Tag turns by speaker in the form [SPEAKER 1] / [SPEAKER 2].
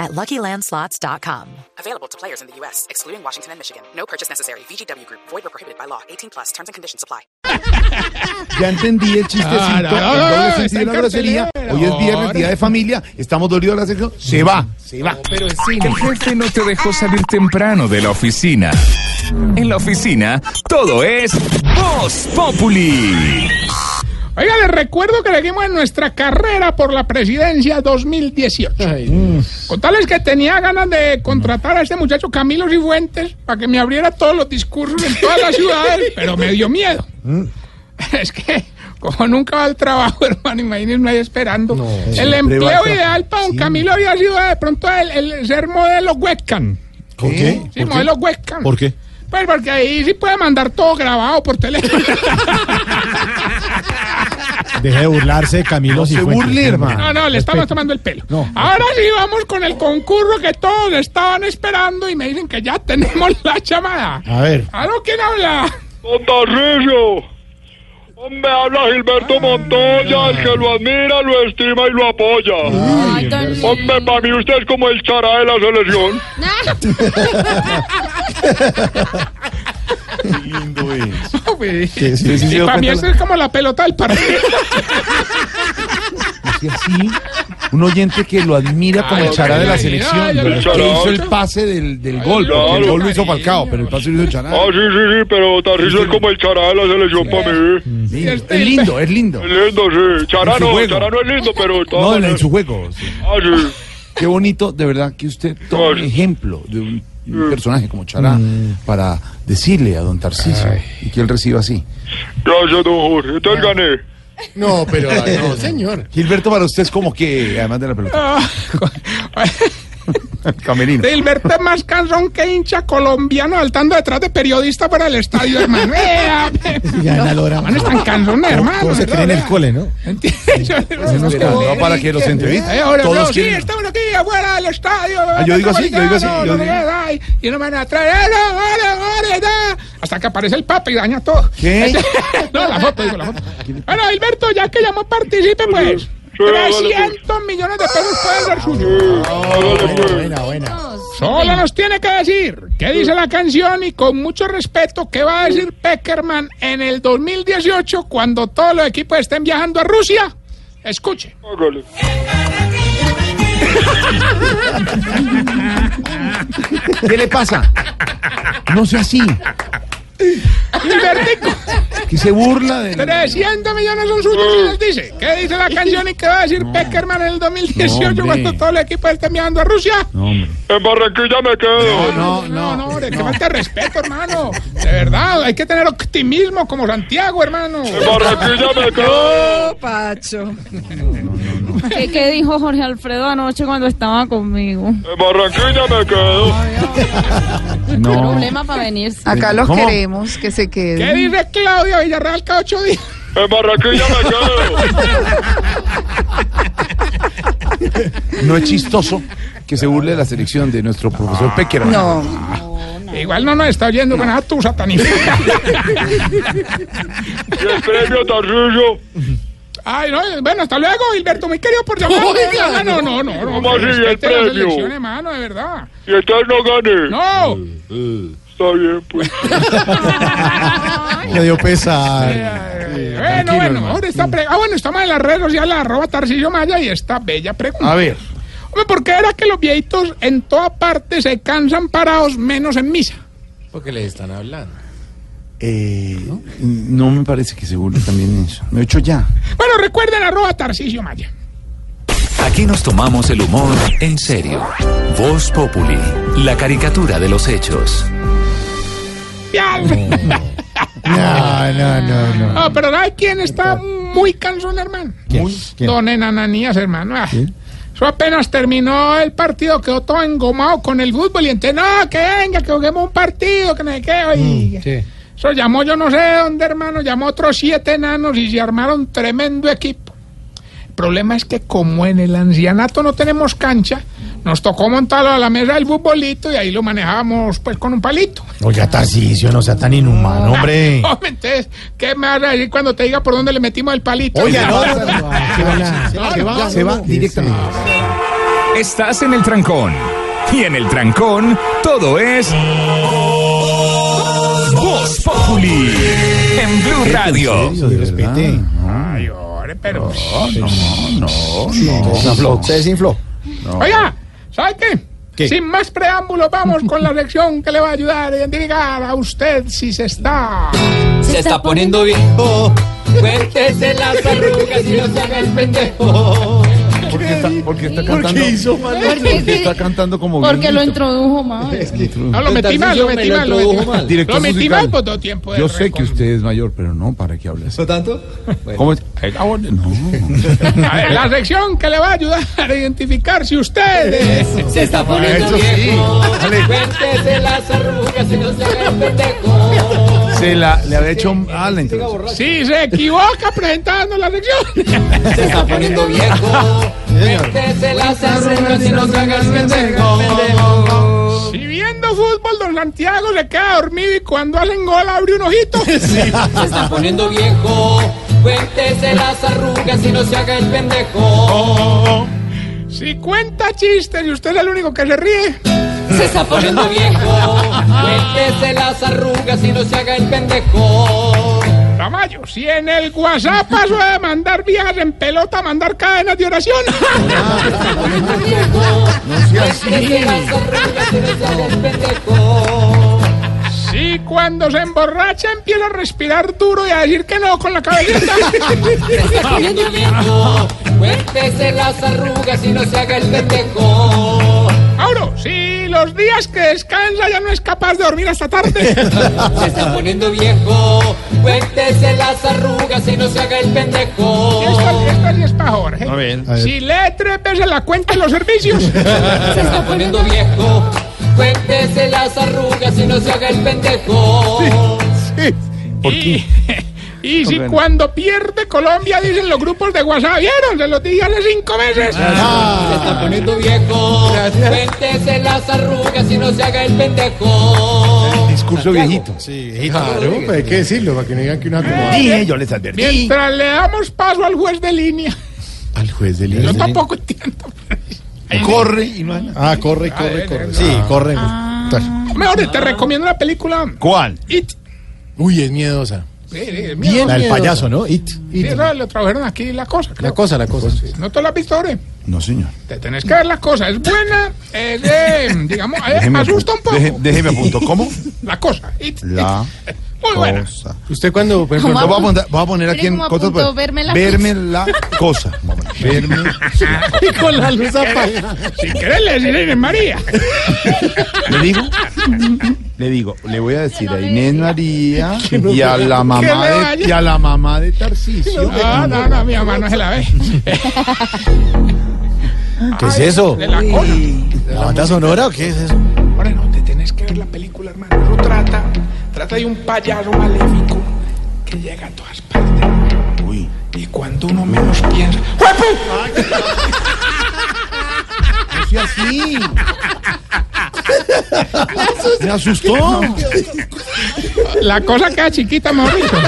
[SPEAKER 1] at luckylandslots.com.
[SPEAKER 2] Available to players in the U.S., excluding Washington and Michigan. No purchase necessary. VGW Group, void or prohibited by law. 18 plus terms and conditions apply.
[SPEAKER 3] Ya entendí el chistecito.
[SPEAKER 4] Ah, no,
[SPEAKER 3] el
[SPEAKER 4] no,
[SPEAKER 3] doble sentido
[SPEAKER 4] no,
[SPEAKER 3] de la
[SPEAKER 4] está en
[SPEAKER 3] grosería.
[SPEAKER 4] cartelera.
[SPEAKER 3] Hoy es viernes,
[SPEAKER 4] Ahora.
[SPEAKER 3] día de familia. Estamos dolidos de la sección. Se va, se va.
[SPEAKER 4] Pero es cine.
[SPEAKER 5] El jefe no te dejó salir temprano de la oficina. En la oficina, todo es Voz Populi.
[SPEAKER 4] Oiga, les recuerdo que seguimos en nuestra carrera por la presidencia 2018. Mm. Contarles que tenía ganas de contratar a este muchacho Camilo Cifuentes para que me abriera todos los discursos en todas las ciudades, pero me dio miedo.
[SPEAKER 3] Mm.
[SPEAKER 4] Es que, como nunca va al trabajo, hermano, imagínense ahí esperando. el
[SPEAKER 3] siempre va al
[SPEAKER 4] empleo
[SPEAKER 3] tra-
[SPEAKER 4] ideal para don Camilo había sido de pronto el, el ser modelo webcam.
[SPEAKER 3] ¿Por qué?
[SPEAKER 4] Sí, modelo webcam.
[SPEAKER 3] ¿Por qué?
[SPEAKER 4] Pues porque ahí sí puede mandar todo grabado por teléfono.
[SPEAKER 6] Deje de burlarse, Camilo.
[SPEAKER 3] No se
[SPEAKER 6] Cifuentes.
[SPEAKER 3] burle, hermano.
[SPEAKER 4] No, no, le estamos tomando el pelo. Ahora sí vamos con el concurso que todos estaban esperando y me dicen que ya tenemos la llamada.
[SPEAKER 6] A ver,
[SPEAKER 4] ¿Aló quién habla?
[SPEAKER 7] Don Tarcisio. Me habla Gilberto Montoya, el que lo admira, lo estima y lo apoya.
[SPEAKER 8] Ay, don
[SPEAKER 7] Hombre, para mí usted es como el chará de la selección.
[SPEAKER 4] Uy,
[SPEAKER 3] Sí, sí, sí, se
[SPEAKER 4] y
[SPEAKER 3] dio
[SPEAKER 4] para mí
[SPEAKER 3] cuenta
[SPEAKER 4] eso es como la pelota del partido.
[SPEAKER 3] la- que así, Un oyente que lo admira como el
[SPEAKER 4] Claro,
[SPEAKER 3] chará de la
[SPEAKER 4] cariño,
[SPEAKER 3] selección.
[SPEAKER 4] yo lo
[SPEAKER 3] El que
[SPEAKER 7] quiero.
[SPEAKER 3] hizo el pase del, del gol.
[SPEAKER 7] claro,
[SPEAKER 3] Porque el gol lo hizo
[SPEAKER 4] cariño.
[SPEAKER 3] Falcao, pero el pase lo hizo Chará.
[SPEAKER 7] Ah, sí, sí, sí, pero Tarcisio es como el chará de la selección para mí.
[SPEAKER 3] Es lindo, es lindo.
[SPEAKER 7] Es lindo, sí. Chará
[SPEAKER 3] En su
[SPEAKER 7] no,
[SPEAKER 3] juego.
[SPEAKER 7] chará no es lindo, pero... está-
[SPEAKER 3] No, en- en su juego. sí.
[SPEAKER 7] Ah, sí.
[SPEAKER 3] Qué bonito, de verdad, que usted tome
[SPEAKER 7] Claro.
[SPEAKER 3] ejemplo de un, un personaje como Chará
[SPEAKER 4] Mm.
[SPEAKER 3] para decirle a don Tarcisio y que él reciba así.
[SPEAKER 7] Gracias, don Jorge. Entonces gané.
[SPEAKER 6] no, pero ay, no, señor.
[SPEAKER 3] Gilberto, para usted es como que, además de la pelota, camerino.
[SPEAKER 4] Gilberto es más cansón que hincha colombiano saltando detrás de periodista para el estadio, hermano. Vea, vea.
[SPEAKER 6] Ya en la lora.
[SPEAKER 4] Hermano, están cansones, hermano.
[SPEAKER 6] ¿Cómo se cree en el cole, no?
[SPEAKER 4] ¿Entiendes?
[SPEAKER 3] Esperando para que los entrevisten.
[SPEAKER 4] Eh, ahora,
[SPEAKER 3] Todos
[SPEAKER 4] no, sí,
[SPEAKER 3] quieren.
[SPEAKER 4] estamos aquí afuera del estadio.
[SPEAKER 3] Ah, yo digo así, yo digo así, yo
[SPEAKER 4] No, no,
[SPEAKER 3] digo-
[SPEAKER 4] no, ay, y no me van a traer. eh, no, vale, vale, da. Hasta que aparece el papa y daña todo.
[SPEAKER 3] ¿Qué?
[SPEAKER 4] no, la foto, digo la foto. Bueno, Alberto, ya que llamó, participe, pues.
[SPEAKER 7] vale,
[SPEAKER 4] 300 millones de pesos pueden ser suyos.
[SPEAKER 7] Hágale, pues.
[SPEAKER 6] Buena, buena.
[SPEAKER 4] Solo nos tiene que decir qué dice la canción y con mucho respeto qué va a decir Peckerman en el 2018 cuando todos los equipos estén viajando a Rusia. Escuche.
[SPEAKER 7] Hágale.
[SPEAKER 3] ¿Qué le pasa? No sea así,
[SPEAKER 4] Gilbertico.
[SPEAKER 3] que se burla de...
[SPEAKER 4] 300 millones son suyos, ¿qué les dice? ¿Qué dice la canción y qué va a decir Peckerman en el 2018
[SPEAKER 3] No, hombre.
[SPEAKER 4] cuando todo el equipo esté enviando a Rusia?
[SPEAKER 3] No, hombre.
[SPEAKER 7] En Barranquilla me quedo.
[SPEAKER 3] no, no.
[SPEAKER 4] no, hombre, que falta de respeto, hermano. De verdad, hay que tener optimismo como Santiago, hermano.
[SPEAKER 7] En Barranquilla me quedo.
[SPEAKER 8] ¿Qué, qué dijo Jorge Alfredo anoche cuando estaba conmigo?
[SPEAKER 7] En Barranquilla me quedo.
[SPEAKER 8] Problema para venirse.
[SPEAKER 9] Acá los
[SPEAKER 3] ¿Cómo?
[SPEAKER 9] queremos que se
[SPEAKER 4] ¿Qué
[SPEAKER 9] queden.
[SPEAKER 4] dice Claudia Villarreal cada ocho días?
[SPEAKER 7] En Barranquilla me quedo.
[SPEAKER 3] No es chistoso que se burle de la selección de nuestro profesor Peckerman.
[SPEAKER 9] No,
[SPEAKER 4] Igual no nos está oyendo con esa tusa tan infeliz.
[SPEAKER 7] Y el premio Tarcisio.
[SPEAKER 4] Ay, no, bueno, hasta luego, Gilberto, muy querido por llamar. Ah, no, no, no, no.
[SPEAKER 7] ¿Cómo así, el
[SPEAKER 4] respete la
[SPEAKER 7] premio?
[SPEAKER 4] selección, hermano, de verdad.
[SPEAKER 7] Y entonces no gané.
[SPEAKER 4] No.
[SPEAKER 7] Está bien, pues.
[SPEAKER 6] Le dio pesar.
[SPEAKER 4] Eh, bueno, bueno, ahora está pre- ah, bueno, estamos en las redes sociales, arroba Tarcillo Maya y esta bella pregunta.
[SPEAKER 3] A ver,
[SPEAKER 4] Hombre, ¿por qué era que los viejitos en toda parte se cansan parados menos en misa?
[SPEAKER 6] Porque le están hablando.
[SPEAKER 3] eh, no me parece que se burle también en eso. Lo he hecho ya.
[SPEAKER 4] Bueno, recuerden arroba Tarcillo Maya.
[SPEAKER 5] Aquí nos tomamos el humor en serio. Voz Populi, la caricatura de los hechos.
[SPEAKER 4] Ya.
[SPEAKER 6] No, no, no, no.
[SPEAKER 4] Ah, pero ¿sabes quién está muy cansón, hermano? Don Enananías, hermano. Ah, Eso apenas terminó el partido, quedó todo engomado con el fútbol y entonces, no, que venga, que juguemos un partido, que no sé qué. oye. Eso llamó yo no sé de dónde, hermano, llamó otros siete enanos y se armaron tremendo equipo. El problema es que como en el ancianato no tenemos cancha, nos tocó montarlo a la mesa del futbolito y ahí lo manejábamos pues con un palito.
[SPEAKER 6] Oiga, Tarcicio, no sea tan inhumano, hombre.
[SPEAKER 4] Hombre, entonces, ¿qué me vas a decir cuando te diga por dónde le metimos el palito?
[SPEAKER 6] Oiga, no,
[SPEAKER 4] Ya,
[SPEAKER 6] no, no, no, se va, se va, se va directamente.
[SPEAKER 5] Estás en el trancón. Y en el trancón, todo es. Voz Populi. En Blue Radio.
[SPEAKER 6] Sí, respete.
[SPEAKER 4] ay, ore, pero...
[SPEAKER 3] No, no, no.
[SPEAKER 6] Desinfló, se desinfló.
[SPEAKER 4] Oiga, ¿sabe qué? Sin más preámbulos, vamos con la lección que le va a ayudar a identificar a usted si se está...
[SPEAKER 9] Se está poniendo viejo. Cuéntese las arrugas y no se haga el pendejo.
[SPEAKER 3] Porque está, porque está cantando.
[SPEAKER 6] hizo mal?
[SPEAKER 8] Porque,
[SPEAKER 3] Está cantando como
[SPEAKER 8] porque lo
[SPEAKER 3] viejito.
[SPEAKER 8] introdujo mal.
[SPEAKER 4] No, lo metí mal, lo
[SPEAKER 9] Tarcisio, me
[SPEAKER 4] metí
[SPEAKER 9] lo
[SPEAKER 4] mal, lo metí
[SPEAKER 9] introdujo
[SPEAKER 4] mal.
[SPEAKER 9] mal.
[SPEAKER 3] Director
[SPEAKER 4] Lo metí
[SPEAKER 3] musical.
[SPEAKER 4] mal por todo tiempo. de
[SPEAKER 3] Yo sé que
[SPEAKER 4] recon-
[SPEAKER 3] usted es mayor, pero no para qué hablas.
[SPEAKER 9] ¿Eso tanto? Bueno,
[SPEAKER 3] ¿Cómo es? Ay, ah, bueno, No.
[SPEAKER 4] A ver, La sección que le va a ayudar a identificar si usted... es-
[SPEAKER 9] se está poniendo viejo. Cuéntese las arrugas y no se haga el pendejo.
[SPEAKER 3] Se la, le había hecho. Ah, la introducción.
[SPEAKER 4] Si se equivoca presentando la sección.
[SPEAKER 9] Se está poniendo viejo. Cuéntese las arrugas y no se haga el pendejo.
[SPEAKER 4] Si viendo fútbol, don Santiago le queda dormido y cuando hacen gol abre un ojito.
[SPEAKER 9] Se está poniendo viejo. Cuéntese las arrugas y no se haga el pendejo.
[SPEAKER 4] Si cuenta chistes y usted es el único que se ríe.
[SPEAKER 9] Se está poniendo viejo. Cuéntese las arrugas y no se haga el pendejo.
[SPEAKER 4] Tamayo, si en el WhatsApp pasó de mandar viejas en pelota a mandar cadenas de oración.
[SPEAKER 9] Cuéntese las arrugas y no se haga el pendejo.
[SPEAKER 4] Si cuando se emborracha empieza a respirar duro y a decir que no con la cabecita.
[SPEAKER 9] Se
[SPEAKER 3] Ah.
[SPEAKER 9] está poniendo viejo. Cuéntese las arrugas y no se haga el pendejo.
[SPEAKER 4] Mauro, si los días que descansa ya no es capaz de dormir hasta tarde.
[SPEAKER 9] Se
[SPEAKER 3] Ah.
[SPEAKER 9] está poniendo viejo. Cuéntese las arrugas y no se haga el pendejo.
[SPEAKER 4] Esto, esto sí es para Jorge.
[SPEAKER 6] A ver.
[SPEAKER 4] Si lee tres veces la cuenta en los servicios.
[SPEAKER 9] Se está poniendo viejo. Cuéntese las arrugas y no se haga el pendejo.
[SPEAKER 4] Y, y si cuando pierde Colombia dicen los grupos de WhatsApp, ¿vieron? Se los dije hace cinco meses.
[SPEAKER 3] Ah,
[SPEAKER 9] Se
[SPEAKER 6] Ah,
[SPEAKER 9] está poniendo viejo. Cuéntese las arrugas y no se haga el pendejo.
[SPEAKER 3] Discurso viejito.
[SPEAKER 6] Sí, claro, pues hay que decirlo para que no digan que una como.
[SPEAKER 3] Sí, yo les advertí.
[SPEAKER 4] Mientras le damos paso al juez de línea.
[SPEAKER 6] Al juez del
[SPEAKER 4] Yo tampoco entiendo.
[SPEAKER 3] Corre y no hay nada.
[SPEAKER 6] Ah, corre, corre, corre. Sí, corre.
[SPEAKER 4] Mejor te recomiendo la película
[SPEAKER 3] ¿Cuál?
[SPEAKER 4] It.
[SPEAKER 6] Uy, es miedosa.
[SPEAKER 4] Sí, sí, mira,
[SPEAKER 6] Bien, la del
[SPEAKER 4] miedo.
[SPEAKER 6] payaso, ¿no? It.
[SPEAKER 4] Sí,
[SPEAKER 6] It.
[SPEAKER 4] eso lo trajeron aquí la cosa.
[SPEAKER 6] La
[SPEAKER 4] creo.
[SPEAKER 6] cosa, la cosa.
[SPEAKER 4] ¿No te la has visto, Ore?
[SPEAKER 3] No, señor.
[SPEAKER 4] Te tenés que ver la cosa. Es buena, es, eh, digamos, eh, asusta un poco.
[SPEAKER 3] Deje- déjeme apunto. ¿Cómo?
[SPEAKER 4] La cosa. It,
[SPEAKER 3] La
[SPEAKER 4] it. Muy buena.
[SPEAKER 3] cosa.
[SPEAKER 6] Usted cuando, por
[SPEAKER 8] ¿Cómo
[SPEAKER 6] ejemplo,
[SPEAKER 3] Lo voy a
[SPEAKER 8] apu-
[SPEAKER 3] poner, voy a poner aquí en
[SPEAKER 8] ¿Cómo
[SPEAKER 3] cosas,
[SPEAKER 8] apunto?
[SPEAKER 3] pues,
[SPEAKER 8] Verme la
[SPEAKER 3] verme la cosa. Verme.
[SPEAKER 6] y con la luz apagada.
[SPEAKER 4] Si querés, le diré Inés María.
[SPEAKER 3] ¿Le digo? Le digo, le voy a decir
[SPEAKER 8] no
[SPEAKER 3] a
[SPEAKER 8] le
[SPEAKER 3] Inés
[SPEAKER 8] decía.
[SPEAKER 3] María y a la
[SPEAKER 4] le
[SPEAKER 3] mamá de,
[SPEAKER 4] vaya.
[SPEAKER 3] y a la mamá de Tarcisio.
[SPEAKER 4] No, no, no, mi mamá no se la ve.
[SPEAKER 6] ¿Qué es eso?
[SPEAKER 4] De la cosa.
[SPEAKER 6] ¿La banda sonora o qué es eso?
[SPEAKER 4] Ahora no, te tenés que ver la película, hermano. Eso trata, trata de un payaso maléfico que llega a todas partes. Y cuando uno menos piensa. ¡Juepu!
[SPEAKER 3] Sí, así. Me asustó.
[SPEAKER 4] La cosa queda chiquita, Mauricio.